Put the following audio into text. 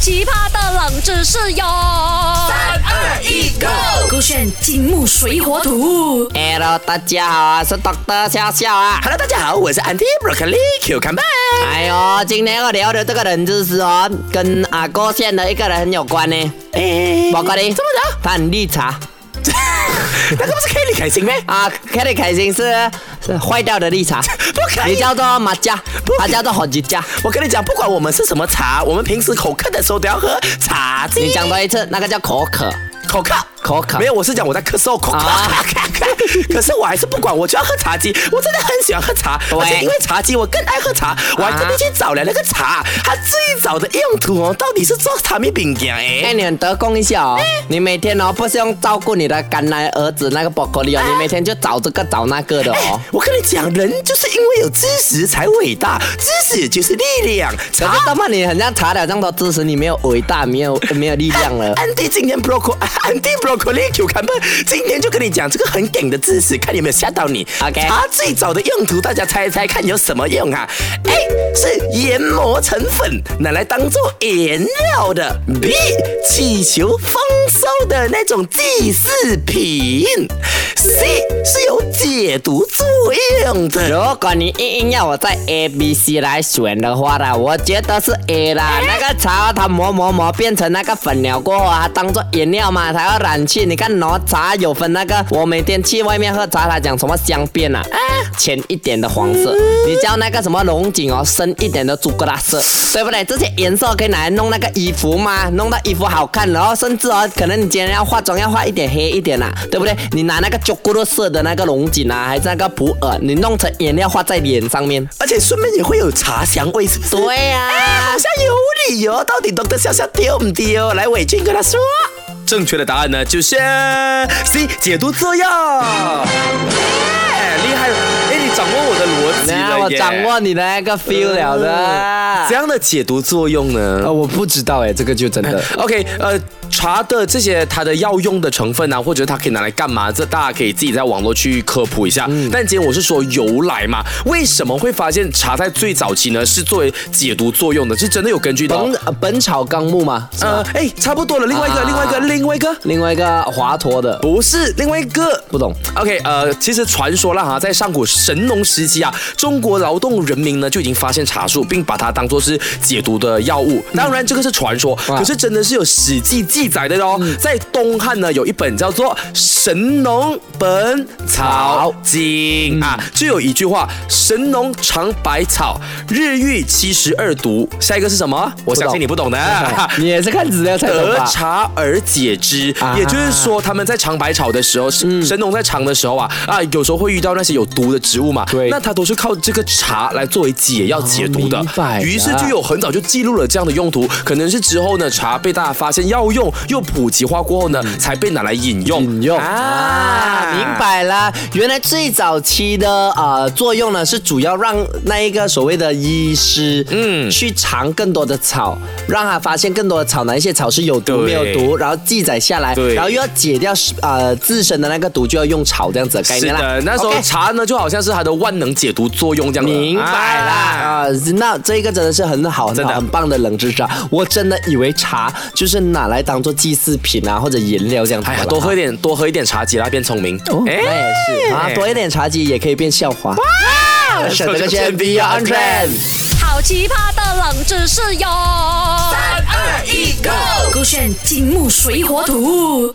奇葩的冷知识哟！三二一，Go！勾选金木水火土。 Hello，大家好啊，是 Doctor 笑笑啊。 Hello，大家好，我是 Andy Broccoli Q 康拜。哎呦，今天要聊的这个冷知识哦，跟阿哥县的一个人很有关呢。哎，宝哥呢？怎么他很绿茶着？那个不是 Kelly 开心咩？啊，开的开心是是坏掉的绿茶， 不可也以！叫做马甲，它叫做好吉甲。我跟你讲，不管我们是什么茶，我们平时口渴的时候都要喝茶剂。你讲多一次，那个叫可可口渴？可可没。有，我是讲我在咳嗽，口渴。啊可是我还是不管，我就要喝茶机。我真的很喜欢喝茶，对而且因为茶机，我更爱喝茶。我还特地去找了那个茶，它最早的用途哦，到底是做茶米饼干诶。哎，你很得空一下哦，哎你每天哦不是用照顾你的干奶儿子那个宝格丽哎哦，你每天就找这个找那个的哦。我跟你讲，人就是因为有知识才伟大，知识就是力量。可茶是哎他妈你很像查了这么多知识，你没有伟大，没有没有力量了。安迪今天 broccoli，安迪 broccoli cucumber，今天就跟你讲这个很梗的知识，看有没有吓到你。 OK 茶最早的用途，大家猜一猜看有什么用啊？A 是研磨成粉，拿来当做颜料的；B 气球丰收的那种祭祀品；C 是有解毒作用的。如果你硬硬要我在 A、B、C 来选的话呢，我觉得是 A 啦。那个茶它磨磨磨变成那个粉了过后啊，它当做饮料嘛，它要染去。你看挪茶有分那个，我每天去外面喝茶，它讲什么香变啊，浅一点的黄色。你叫那个什么龙井哦，深一点的朱古拉色，对不对？这些颜色可以拿来弄那个衣服嘛，弄到衣服好看，然后甚至哦，可能你今天要化妆要化一点黑一点啦、对不对？你拿那个朱古力色的那个龙井啊，还是那个普洱，你弄成颜料画在脸上面。而且顺便也会有茶香味，是不是？ 对呀、好像有理由，到底懂得笑笑丢不丢？来，伟俊跟他说。正确的答案呢，就是 C 解毒作用。 哎厉害了！哎，你掌握我的逻辑那了我耶掌握你的那个 feel 了怎的。样的解毒作用呢？我不知道哎，这个就真的 OK，呃，茶的这些它的药用的成分啊，或者它可以拿来干嘛？这大家可以自己在网络去科普一下。嗯但今天我是说由来嘛，为什么会发现茶在最早期呢是作为解毒作用的？是真的有根据的哦、本呃本草纲目嘛，是呃，吧哎，差不多了，另外一个，啊另外一个，另外一个，另外一个华佗的，不是另外一个。不懂。 OK，呃，其实传说啦哈，在上古神农时期啊，中国劳动人民呢就已经发现茶树，并把它当做是解毒的药物。当然，这个是传说，哇可是真的是有《史记》记载的哦。在东汉呢，有一本叫做《神农本草经》啊，就有一句话：“神农尝百草，日遇七十二毒。”下一个是什么？我懂相信你不懂的。 哎你也是看资料才懂得吧？茶而解之，啊嗯也就是说他们在尝百草的时候，神神农在尝的时候啊啊，有时候会遇到那些有毒的植物嘛，对哦那它都是靠这个茶来作为解药解毒的明白，了于是就有很早就记录了这样的用途，可能是之后呢茶被大家发现药用又普及化过后呢，才被拿来饮用，引嗯用啊，明。白啦。原来最早期的呃作用呢，是主要让那一个所谓的医师，嗯，去尝更多的草，让他发现更多的草，哪一些草是有对毒没有毒，然后记载下来，对然后又要解掉呃自身的那个毒，就要用草这样子的概是念啦。的，那时候 OK 茶呢就好像是它的万能解毒作用这样的。明白啦啊啊、那这个真的是很好，很真的好，很棒的冷知识啊！我真的以为茶就是拿来当做祭祀品啊，或者饮料这样子的哎啦。呀，多喝一点，多喝一点茶几啦，变聪明。哎那也是哎啊，多一点茶几也可以变笑话。省得个钱 Beyond Trend。好奇葩的冷知识哟！三二一，Go！勾选金木水火土。